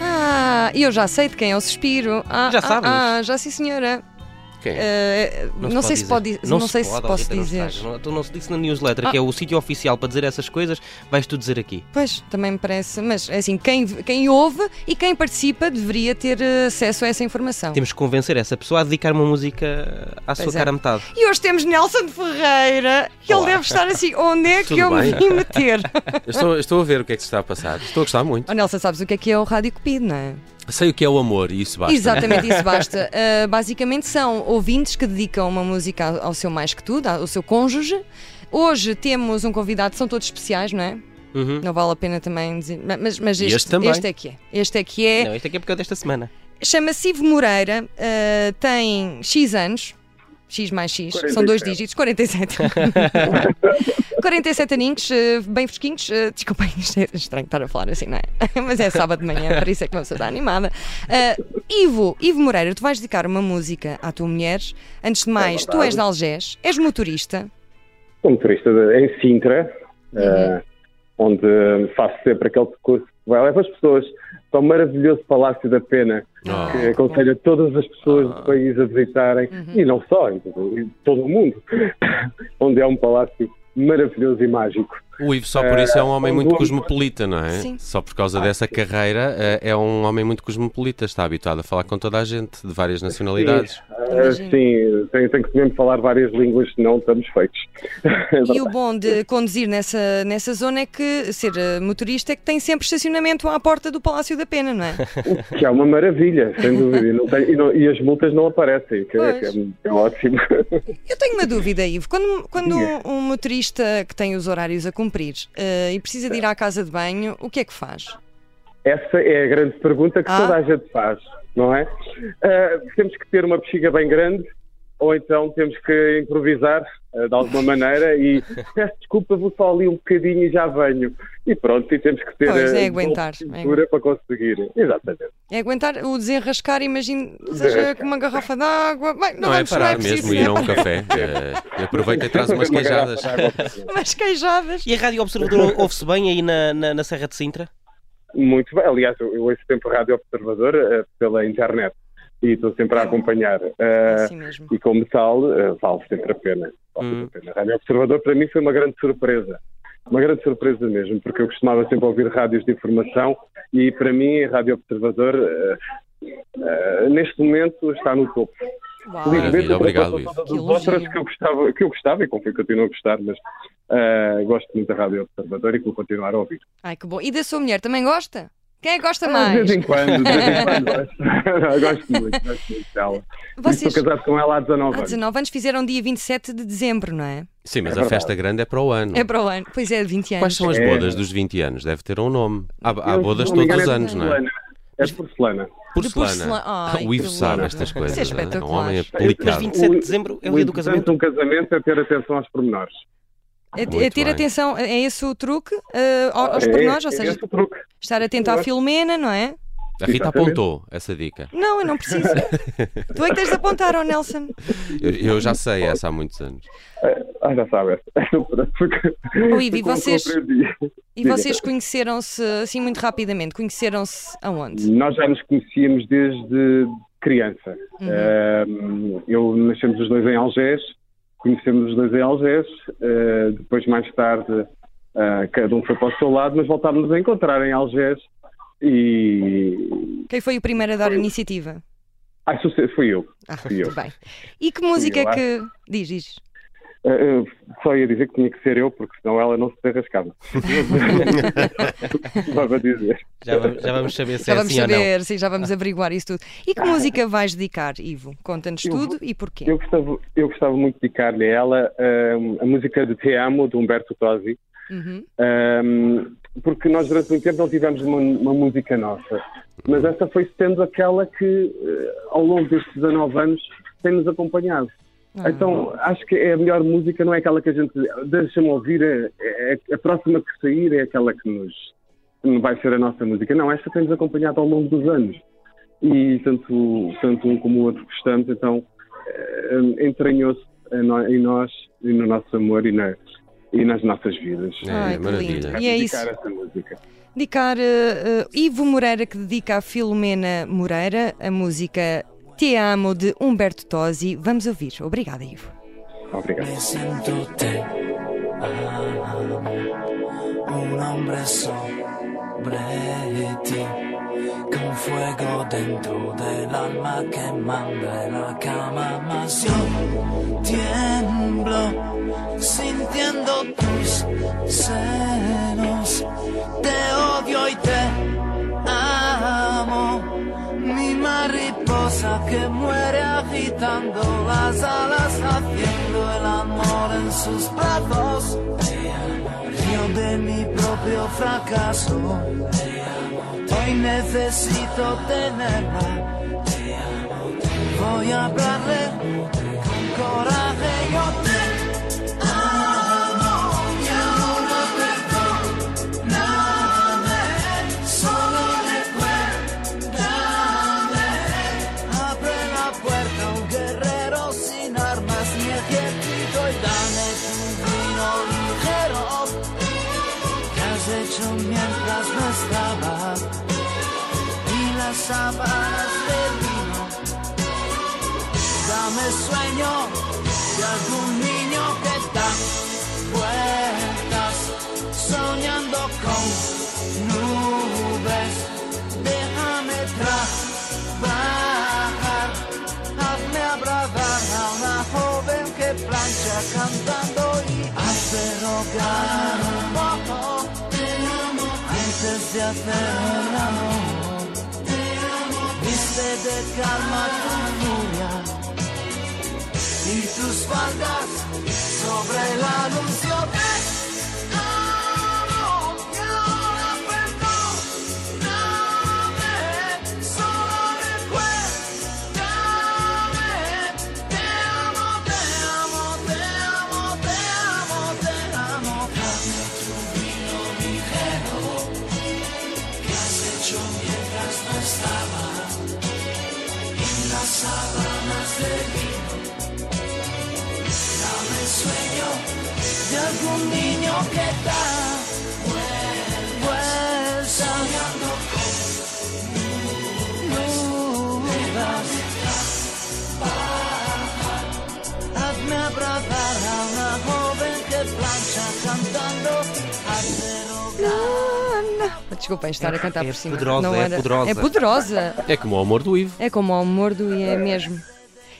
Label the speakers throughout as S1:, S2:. S1: Ah, e eu já sei de quem é o suspiro. Ah,
S2: Já
S1: ah,
S2: sabes?
S1: Ah, já sim, senhora.
S2: Quem?
S1: Eh, não sei se pode,
S2: dizer.
S1: não, sei se
S2: pode,
S1: posso
S2: Rita, não se
S1: dizer.
S2: faz. Não, tu não se disse na newsletter,
S1: Ah.
S2: que é o sítio oficial para dizer essas coisas, vais tu dizer aqui.
S1: Pois, também me parece, mas é assim, quem, quem ouve e quem participa deveria ter eh, acesso a essa informação.
S2: Temos que convencer essa pessoa a dedicar uma música à sua
S1: é.
S2: cara a metade.
S1: E hoje temos Nelson Ferreira, que
S3: Olá.
S1: ele deve estar assim, onde é que
S3: Tudo
S1: eu me
S3: bem?
S1: vim meter?
S3: Eu estou, eu estou a ver o que é que se está a passar. Estou a gostar muito.
S1: Oh, Nelson, sabes o que é que é o Rádio Cupido, não é?
S3: Sei o que é o amor e isso basta.
S1: Exatamente, isso basta. Uh, basicamente são ouvintes que dedicam uma música ao- ao seu mais que tudo, ao seu cônjuge. Hoje temos um convidado, são todos especiais, não é?
S2: Uhum.
S1: Não vale a pena também dizer. ma- Mas, mas
S3: E
S1: este,
S3: este também.
S1: este é que é. Este é que é.
S2: Não, isto aqui é porque é desta semana.
S1: Chama-se Ivo Moreira, uh, tem X anos. X mais X, são dois
S4: 47.
S1: dígitos, 47. 47 aninhos, uh, bem fresquinhos. uh, Desculpem, isto é estranho estar a falar assim, não é? Mas é sábado de manhã, por isso é que uma pessoa está animada. Uh, Ivo, Ivo Moreira, tu vais dedicar uma música à tua mulher. Antes de mais, tu
S4: verdade.
S1: és de Algés, és motorista.
S4: Como um turista de- em Sintra,
S1: Uhum.
S4: eh, onde faço sempre aquele percurso que vai leva as pessoas para o maravilhoso Palácio da Pena,
S3: Oh.
S1: Ah,
S4: que aconselho a todas as pessoas do país a visitarem,
S1: Uhum.
S4: e não só, e todo- e todo o mundo, onde é um palácio maravilhoso e mágico.
S3: O Ivo, só por isso, é um
S4: Eh,
S3: homem muito cosmopolita, não é?
S1: Sim.
S3: Só por causa dessa carreira, eh, é um homem muito cosmopolita. Está habituado a falar com toda a gente, de várias nacionalidades.
S4: Eh,
S1: Imagino.
S4: sim, tem, tem que mesmo falar várias línguas, senão estamos feitos.
S1: E o bom de conduzir nessa, nessa zona é que ser uh, motorista é que tem sempre estacionamento à porta do Palácio da Pena, não é?
S4: que é uma maravilha, sem dúvida. E, não tem- e não- e as multas não aparecem, que é, que
S1: Pois.
S4: é- é ótimo.
S1: Eu tenho uma dúvida, Ivo. Quando, quando
S4: Diga.
S1: um motorista que tem os horários a cumprir eh, e precisa de ir à casa de banho, o que é que faz?
S4: Essa é a grande pergunta que
S1: Ah.
S4: toda a gente faz, não é? Ah, temos que ter uma bexiga bem grande, ou então temos que improvisar ah, de alguma maneira e peço desculpa, vou só ali um bocadinho e já venho. E pronto, e temos que ter
S1: Pois, é
S4: ah, um
S1: aguentar,
S4: pouco de cintura para conseguir. Exatamente.
S1: É aguentar o desenrascar, imagino, seja
S4: Desenrascar.
S1: com uma garrafa de água. Bem, não,
S3: Não é
S1: vamos, não
S3: parar
S1: preciso,
S3: mesmo, ir a
S1: né?
S3: um café. eh, e aproveita e traz umas
S4: É Uma garrafa
S3: queijadas.
S4: de água.
S1: Umas queijadas.
S2: E a Rádio Observador ouve-se bem aí na, na, na Serra de Sintra?
S4: Muito bem. Aliás, eu eu ouço sempre a Rádio Observador ah, pela internet e estou sempre a acompanhar.
S1: É
S4: Ah,
S1: assim mesmo.
S4: E como tal, eh, vale sempre a pena. Vale
S2: Hum.
S4: sempre a pena. A Rádio Observador para mim foi uma grande surpresa. Uma grande surpresa mesmo, porque eu costumava sempre ouvir rádios de informação e para mim a Rádio Observador eh, eh, neste momento está no topo.
S1: Uau.
S3: Maravilha,
S4: Felizmente,
S3: obrigado,
S4: ultrapassou
S3: Luís.
S4: todas
S1: Que elogio.
S4: as outras que eu gostava, que eu gostava e confio que continuo a gostar, mas eh, gosto muito da Rádio Observador e que vou continuar a ouvir.
S1: Ai, que bom. E da sua mulher também gosta? Quem é que gosta
S4: De vez
S1: mais?
S4: em quando, de vez em quando gosto. gosto muito, gosto muito dela.
S1: Vocês
S4: Estou casado com ela há 19
S1: há
S4: anos.
S1: 19 anos fizeram dia 27 de dezembro, não é?
S3: Sim, mas
S4: É
S3: a festa
S4: verdade.
S3: grande é para o ano.
S1: É para o ano. Pois é, 20 anos.
S3: Quais são as
S4: É.
S3: bodas dos 20 anos? Deve ter um nome. Há, há
S4: Eu, se
S3: bodas
S4: não me
S3: todos os
S4: engano,
S3: anos, não é?
S4: É de porcelana.
S1: De porcelana. Ai,
S3: o Ivo
S1: que
S3: sabe
S1: lindo.
S3: estas
S1: Isso é
S3: coisas. não É um
S1: espetacular.
S3: homem
S2: Mas
S3: aplicado.
S2: 27 de dezembro é o dia do
S4: importante de
S2: casamento.
S4: um casamento é ter atenção aos pormenores.
S1: É, é
S3: Muito
S1: ter
S3: bem.
S1: atenção, é esse o truque eh, aos
S4: É-
S1: pormenores, ou
S4: é
S1: seja,
S4: esse o truque.
S1: estar atento à Filomena, não é?
S3: A Rita
S4: Exatamente.
S3: apontou essa dica.
S1: Não, eu não preciso. tu é que tens de apontar, oh Nelson.
S3: Eu, eu já sei essa há muitos anos.
S4: Ah, já sabes.
S1: Oh, Ivo,
S4: um
S1: e vocês-
S4: compreendi.
S1: E
S4: Diga.
S1: vocês conheceram-se assim muito rapidamente? Conheceram-se aonde?
S4: Nós já nos conhecíamos desde criança. Ahm, eu nascemos os dois em Algés, conhecemos os dois em Algés, ah, depois mais tarde ah, cada um foi para o seu lado, mas voltámos a encontrar em Algés e
S1: Quem foi o primeiro a dar a iniciativa?
S4: Ah, isso fui eu.
S1: Ah,
S4: Fui eu.
S1: muito bem. E que música
S4: eu,
S1: é que. Diz, diz.
S4: Ah, ah, só ia dizer que tinha que ser eu, porque senão ela não se derrascava. Estava a dizer.
S2: Já, vamos- já vamos saber se
S1: Já
S2: é
S1: vamos
S2: assim ou não.
S1: saber, sim, já vamos averiguar isso tudo. E que música vais dedicar, Ivo? Conta-nos
S4: Eu
S1: tudo e porquê.
S4: Eu gostava, eu gostava muito de dedicar-lhe a ela ahm, a música de Te Amo, de Humberto Tosi,
S1: Uhum.
S4: ahm, porque nós durante muito tempo não tivemos uma, uma música nossa. Mas essa foi sendo aquela que, eh, ao longo destes 19 anos, tem-nos acompanhado.
S1: Ah,
S4: Então, acho que é a melhor música, não é aquela que a gente deixa-me ouvir, é- é- é a próxima que sair é aquela que nos que não vai ser a nossa música. Não, esta tem-nos acompanhado ao longo dos anos. E tanto, tanto um como o outro gostamos, então eh, entranhou-se a nó- em nós e no nosso amor e, na- e nas nossas vidas.
S3: É,
S1: Ah. Ai, que
S3: maravilha.
S1: lindo. E é isso.
S4: Dedicar essa música.
S1: dedicar eh, eh, Ivo Moreira, que dedica a Filomena Moreira a música Te Amo de Humberto Tosi. Vamos ouvir. Obrigada, Ivo.
S4: Obrigado.
S5: É. Siéntate Ah, un hombre sobre ti, con fuego dentro del alma que manda en la cama. Mas yo tiemblo sintiendo tus senos. Te odio y te amo. Mi mariposa que muere agitando las alas, haciendo el amor en sus brazos. Río de mi propio fracaso. Hoy necesito tenerla. Voy a hablarle con coraje. Yo te amo y aún no perdonaré. Solo recuérdame. Abre la puerta un guerrero sin armas ni ejército y dame tu vino ligero. Que has hecho mientras no estaba? Y las sábanas de vino. Dame sueño de algún niño que da vueltas soñando con nubes. Déjame trabajar, hazme abrazar a una joven que plancha cantando y hace rogar un poco antes de hacer el amor. Viste de calma tu lluvia y tus faldas sobre la luz. Yo te amo y ahora perdóname. Solo recuérdame. Te amo, te amo, te amo, te amo, te amo. Dame tu vino ligero que has hecho mientras no estaba. En las sábanas de vino Dame sueño de algún niño que da vueltas soñando con nubes. Hazme abrazar a una joven que plancha cantando hace rogar.
S1: Desculpem estar a cantar
S2: É
S1: por cima.
S2: poderosa, é poderosa.
S1: É poderosa.
S3: É como o amor do Ivo.
S1: É como ao mordo e é mesmo.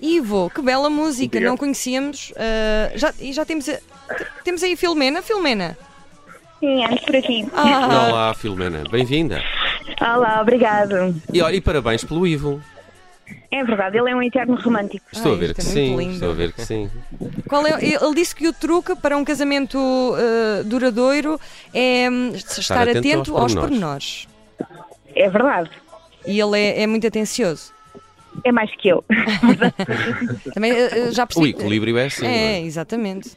S1: Ivo, que bela música,
S4: Obrigado.
S1: não conhecíamos. ah, já, e já temos, a- te- temos aí Filomena. Filomena.
S6: Sim, ando por aqui.
S1: Ah,
S3: Olá, Filomena. Bem-vinda.
S6: Olá, obrigado.
S3: E olha, e parabéns pelo Ivo.
S6: É verdade, ele é um eterno romântico.
S3: Estou
S1: Ai,
S3: a ver
S1: isto
S3: que
S1: é muito
S3: sim,
S1: lindo.
S3: estou a ver que sim.
S1: qual é, ele disse que o truque para um casamento ah, duradouro é hum, estar, atento, aos, pormenores.
S6: É verdade.
S1: E ele é, é muito atencioso.
S6: É mais que eu.
S1: Também ah, ah, já
S3: O
S1: percebi.
S3: equilíbrio é assim. não
S1: É,
S3: é?
S1: exatamente.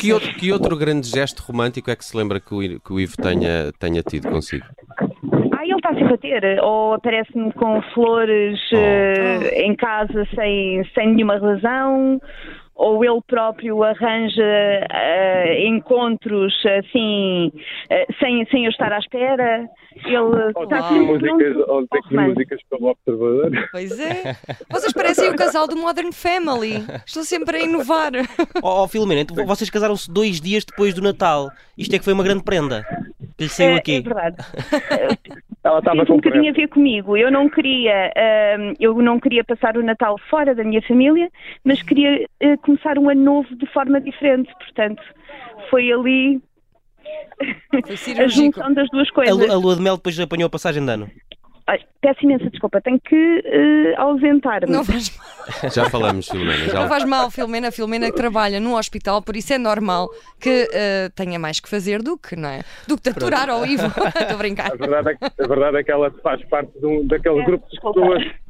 S3: Que outro, que outro grande gesto romântico é que se lembra que o, I- que o Ivo tenha, tenha tido consigo?
S6: Ah, ele está a se bater. Ou aparece-me com flores
S3: Oh.
S6: eh, em casa sem, sem nenhuma razão. Ou ele próprio arranja eh, encontros assim, eh, sem, sem eu estar à espera. Ele está
S1: Olá.
S6: sempre Oh, num-
S4: Músicas, ou dizer que
S6: romance.
S4: músicas pelo observador.
S1: Pois é. Vocês parecem o casal do Modern Family. Estou sempre a inovar.
S2: Oh, oh Filomena, então vocês casaram-se dois dias depois do Natal. Isto é que foi uma grande prenda que lhe saiu
S6: É- É
S2: aqui.
S6: verdade.
S4: Ela estava
S6: Teve um
S4: com
S6: bocadinho a ver comigo. Eu não queria, ahm, eu não queria passar o Natal fora da minha família, mas queria eh, começar um ano novo de forma diferente. Portanto, foi ali
S1: Foi
S6: a
S1: cirúrgico.
S6: junção das
S2: A,
S6: duas
S2: lu-
S6: coisas.
S2: a lua de mel depois apanhou a passagem de ano.
S6: Ai, peço imensa desculpa, tenho que eh, ausentar-me.
S1: Não faz
S3: Já falamos, Filomena.
S1: Não
S3: Já...
S1: faz mal, Filomena. A Filomena trabalha num hospital, por isso é normal que eh, tenha mais que fazer do que, não é? Do que te aturar ao Ivo. Estou a brincar.
S4: A verdade, é que, a verdade é que ela faz parte de um, daquele grupo de
S6: É, desculpa.
S4: pessoas.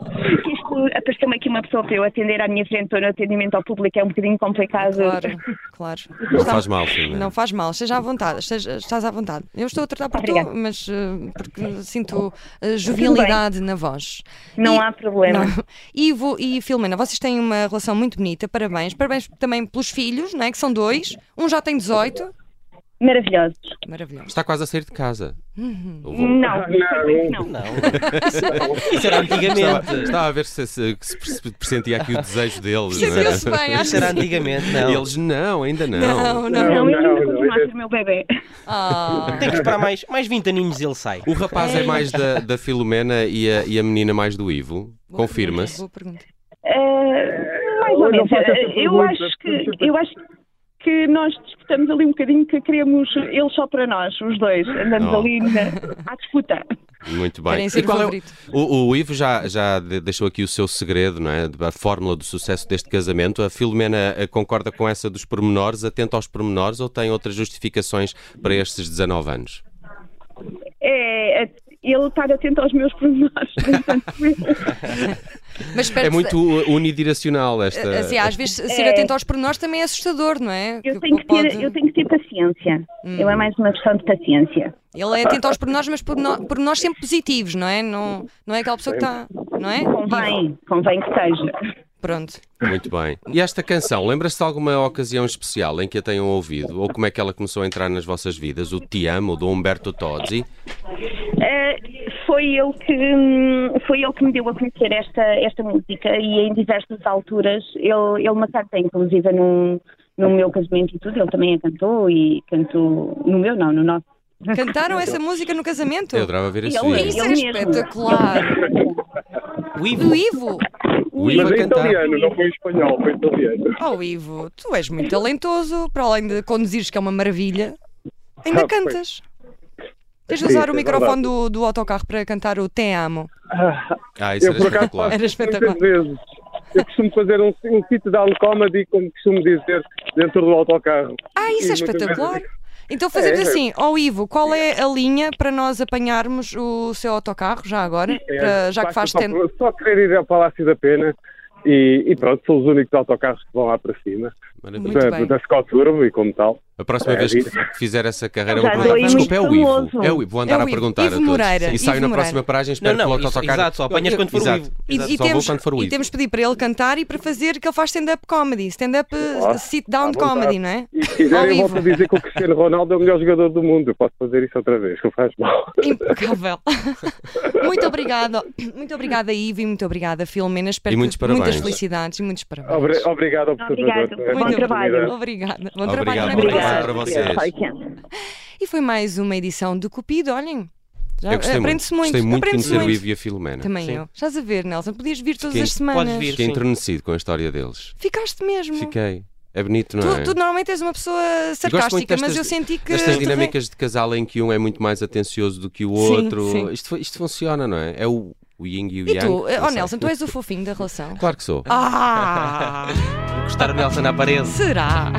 S6: Porque isto, apareceu-me aqui uma pessoa para eu atender à minha frente, estou no atendimento ao público, é um bocadinho complicado.
S1: Claro, claro.
S3: Não faz mal, Filomena.
S1: Não faz mal, esteja à vontade, esteja, estás à vontade. Eu estou a tratar por tu,
S6: Obrigada.
S1: mas eh, porque sinto eh, jovialidade na voz.
S6: Não há problema.
S1: Não. Ivo e Filomena, vocês têm uma relação muito bonita, parabéns. Parabéns também pelos filhos, não é? Que são dois. Um já tem 18.
S6: maravilhosos.
S1: Maravilhoso.
S3: Está quase a sair de casa.
S1: Uhum.
S3: Eu vou-
S6: Não, certamente
S4: não.
S6: não.
S2: Não. Isso era
S3: Estava,
S2: antigamente.
S3: estava a ver se, se, que se perce- pressentia aqui o desejo deles. não é?
S1: Sentiu-se bem, acho
S2: Isso
S1: que
S2: era
S1: sim.
S2: antigamente,
S3: E
S2: não.
S3: eles, não, ainda não.
S1: Não, não.
S4: Não,
S6: Não, eu
S4: não, é
S6: ainda continuo a
S4: não.
S6: ser meu bebê.
S1: Ah.
S2: Tem que esperar mais, mais 20 aninhos e ele sai.
S3: O rapaz é mais da, da Filomena e a, e a menina mais do Ivo.
S1: Boa pergunta,
S3: Confirma-se.
S1: Boa pergunta.
S6: Eh, mais ou
S4: Eu não
S6: menos.
S4: faço essa
S6: Eh, Eu
S4: pergunta,
S6: acho que
S4: porque- tipo,
S6: eu acho que nós disputamos ali um bocadinho que queremos ele só para nós, os dois. Andamos
S3: Oh.
S6: ali na, à disputa.
S3: Muito bem.
S1: Querem ser
S3: E
S1: o
S3: qual é o-
S1: favorito.
S3: o, o Ivo já, já de- deixou aqui o seu segredo, não é? A fórmula do sucesso deste casamento. A Filomena eh, concorda com essa dos pormenores, atenta aos pormenores ou tem outras justificações para estes 19 anos?
S6: É, é, ele estar atento aos meus pormenores.
S1: Mas espera,
S3: É muito uh, unidirecional esta.
S1: assim, às vezes ser
S6: É.
S1: atento aos pormenores também é assustador, não é?
S6: Eu tenho que ter, eu tenho que ter paciência. Eu é mais uma questão de paciência.
S1: Ele é atento aos pormenores, mas pormenor- pormenores sempre positivos, não é? Não, não é aquela pessoa que está. Não é?
S6: Convém, convém que seja.
S1: Pronto.
S3: Muito bem. E esta canção, lembra-se de alguma ocasião especial em que a tenham ouvido? Ou como é que ela começou a entrar nas vossas vidas? O Te Amo, do Humberto Tozzi?
S6: Eh, foi ele que hum, foi ele que me deu a conhecer esta esta música e em diversas alturas ele ele me canta inclusive num no meu casamento e tudo ele também a cantou e cantou no meu não no nosso
S1: Cantaram essa música no casamento?
S3: Eu adorava ver esse
S6: Ele-
S3: vídeo.
S1: Isso é
S6: mesmo.
S1: espetacular. é
S2: O
S1: Do
S2: Ivo.
S1: Ivo!
S3: O Ivo
S4: Mas
S3: a
S4: é
S3: cantar.
S4: italiano, não foi espanhol, foi italiano.
S1: Oh, Ivo, tu és muito talentoso, para além de conduzires, que é uma maravilha, ainda
S4: Ah, pois.
S1: cantas. Tens de
S4: Sim,
S1: usar o
S4: é
S1: microfone do, do autocarro para cantar o Te Amo.
S3: Ah, isso
S4: Eu,
S3: era
S4: por acaso,
S3: espetacular.
S1: Era espetacular.
S4: Muitas vezes. Eu costumo fazer um, um sit-down comedy, como costumo dizer, dentro do autocarro.
S1: Ah, isso é
S4: E muitas
S1: espetacular.
S4: vezes-
S1: Então fazemos
S4: É, é.
S1: assim, ó Ivo, qual é a linha para nós apanharmos o seu autocarro já agora?
S4: É,
S1: Para- já que
S4: basta
S1: faz
S4: só,
S1: tempo.
S4: Só querer ir ao Palácio da Pena e, e pronto, são os únicos autocarros que vão lá para cima.
S3: Maravilha.
S1: Muito
S4: da,
S1: bem.
S4: da Scott Turbo e como tal.
S3: A próxima
S4: É,
S3: vez que
S4: vida.
S3: fizer essa carreira,
S6: Já
S3: vou perguntar.
S6: dou aí
S3: Desculpa, é o
S6: muito
S3: Ivo.
S6: famoso.
S3: É o Ivo. Vou andar
S1: É o
S3: a
S1: Ivo.
S3: perguntar
S1: Ivo
S3: a todos.
S1: Moreira,
S3: E saio
S1: Ivo
S3: na
S1: Moreira.
S3: próxima paragem,
S2: Não,
S3: espero
S2: não,
S3: pelo
S2: isso-
S3: autocarro.
S2: exato, só apanhas quando for o
S3: Exato,
S2: Ivo.
S1: E,
S2: Exato.
S1: e
S3: Só vou
S1: temos,
S3: quando for o
S1: e
S3: Ivo.
S1: temos de pedir para ele cantar e para fazer que ele faz stand-up comedy. Stand-up,
S4: Ó,
S1: eh, sit-down
S4: à vontade.
S1: comedy, não é?
S4: E se quiserem,
S1: Ao
S4: eu volto a
S1: vivo.
S4: dizer que o Cristiano Ronaldo é o melhor jogador do mundo. Eu posso fazer isso outra vez, que não faz mal.
S1: Impecável. muito obrigada, muito obrigada, Ivo, e muito obrigada, Filomena. Espero
S3: E muitos
S1: que muitas
S3: parabéns.
S1: felicidades e muitos parabéns.
S4: Obri- Obrigado, observador. por
S6: Obrigado. Bom
S1: Muito-
S4: esta
S6: trabalho.
S4: oportunidade.
S1: Obrigada. Bom
S3: Obrigado,
S1: trabalho também
S3: obrigado.
S1: para
S3: para
S1: vocês.
S3: vocês.
S6: Com licença.
S1: E foi mais uma edição do Cupido, olhem. Já
S3: Eu É gostei muito.
S1: aprende-se muito.
S3: Gostei muito de
S1: aprende-se
S3: conhecer o
S1: muito.
S3: Ivo e a Filomena.
S1: Também
S2: Sim.
S1: eu. Estás a ver, Nelson? Podias vir todas
S3: Sim,
S1: as semanas.
S2: podes vir.
S3: Fiquei
S2: Sim.
S3: enternecido com a história deles.
S1: Ficaste mesmo.
S3: Fiquei. É bonito, não
S1: Hum. Tu,
S3: é?
S1: tu normalmente és uma pessoa
S3: E gosto muito
S1: sarcástica, mas
S3: destas-
S1: eu senti que.
S3: Destas
S1: tu tem-
S3: dinâmicas de casal em que um é muito mais atencioso do que o
S1: Sim,
S3: outro.
S1: sim.
S3: Isto, foi- isto funciona, não é? É o, o yin e o
S1: E
S3: yang.
S1: tu,
S3: Não
S1: oh
S3: sei.
S1: Nelson, tu és o fofinho da relação.
S3: Claro que sou.
S1: Ah!
S2: Gostar o Nelson na parede.
S1: será?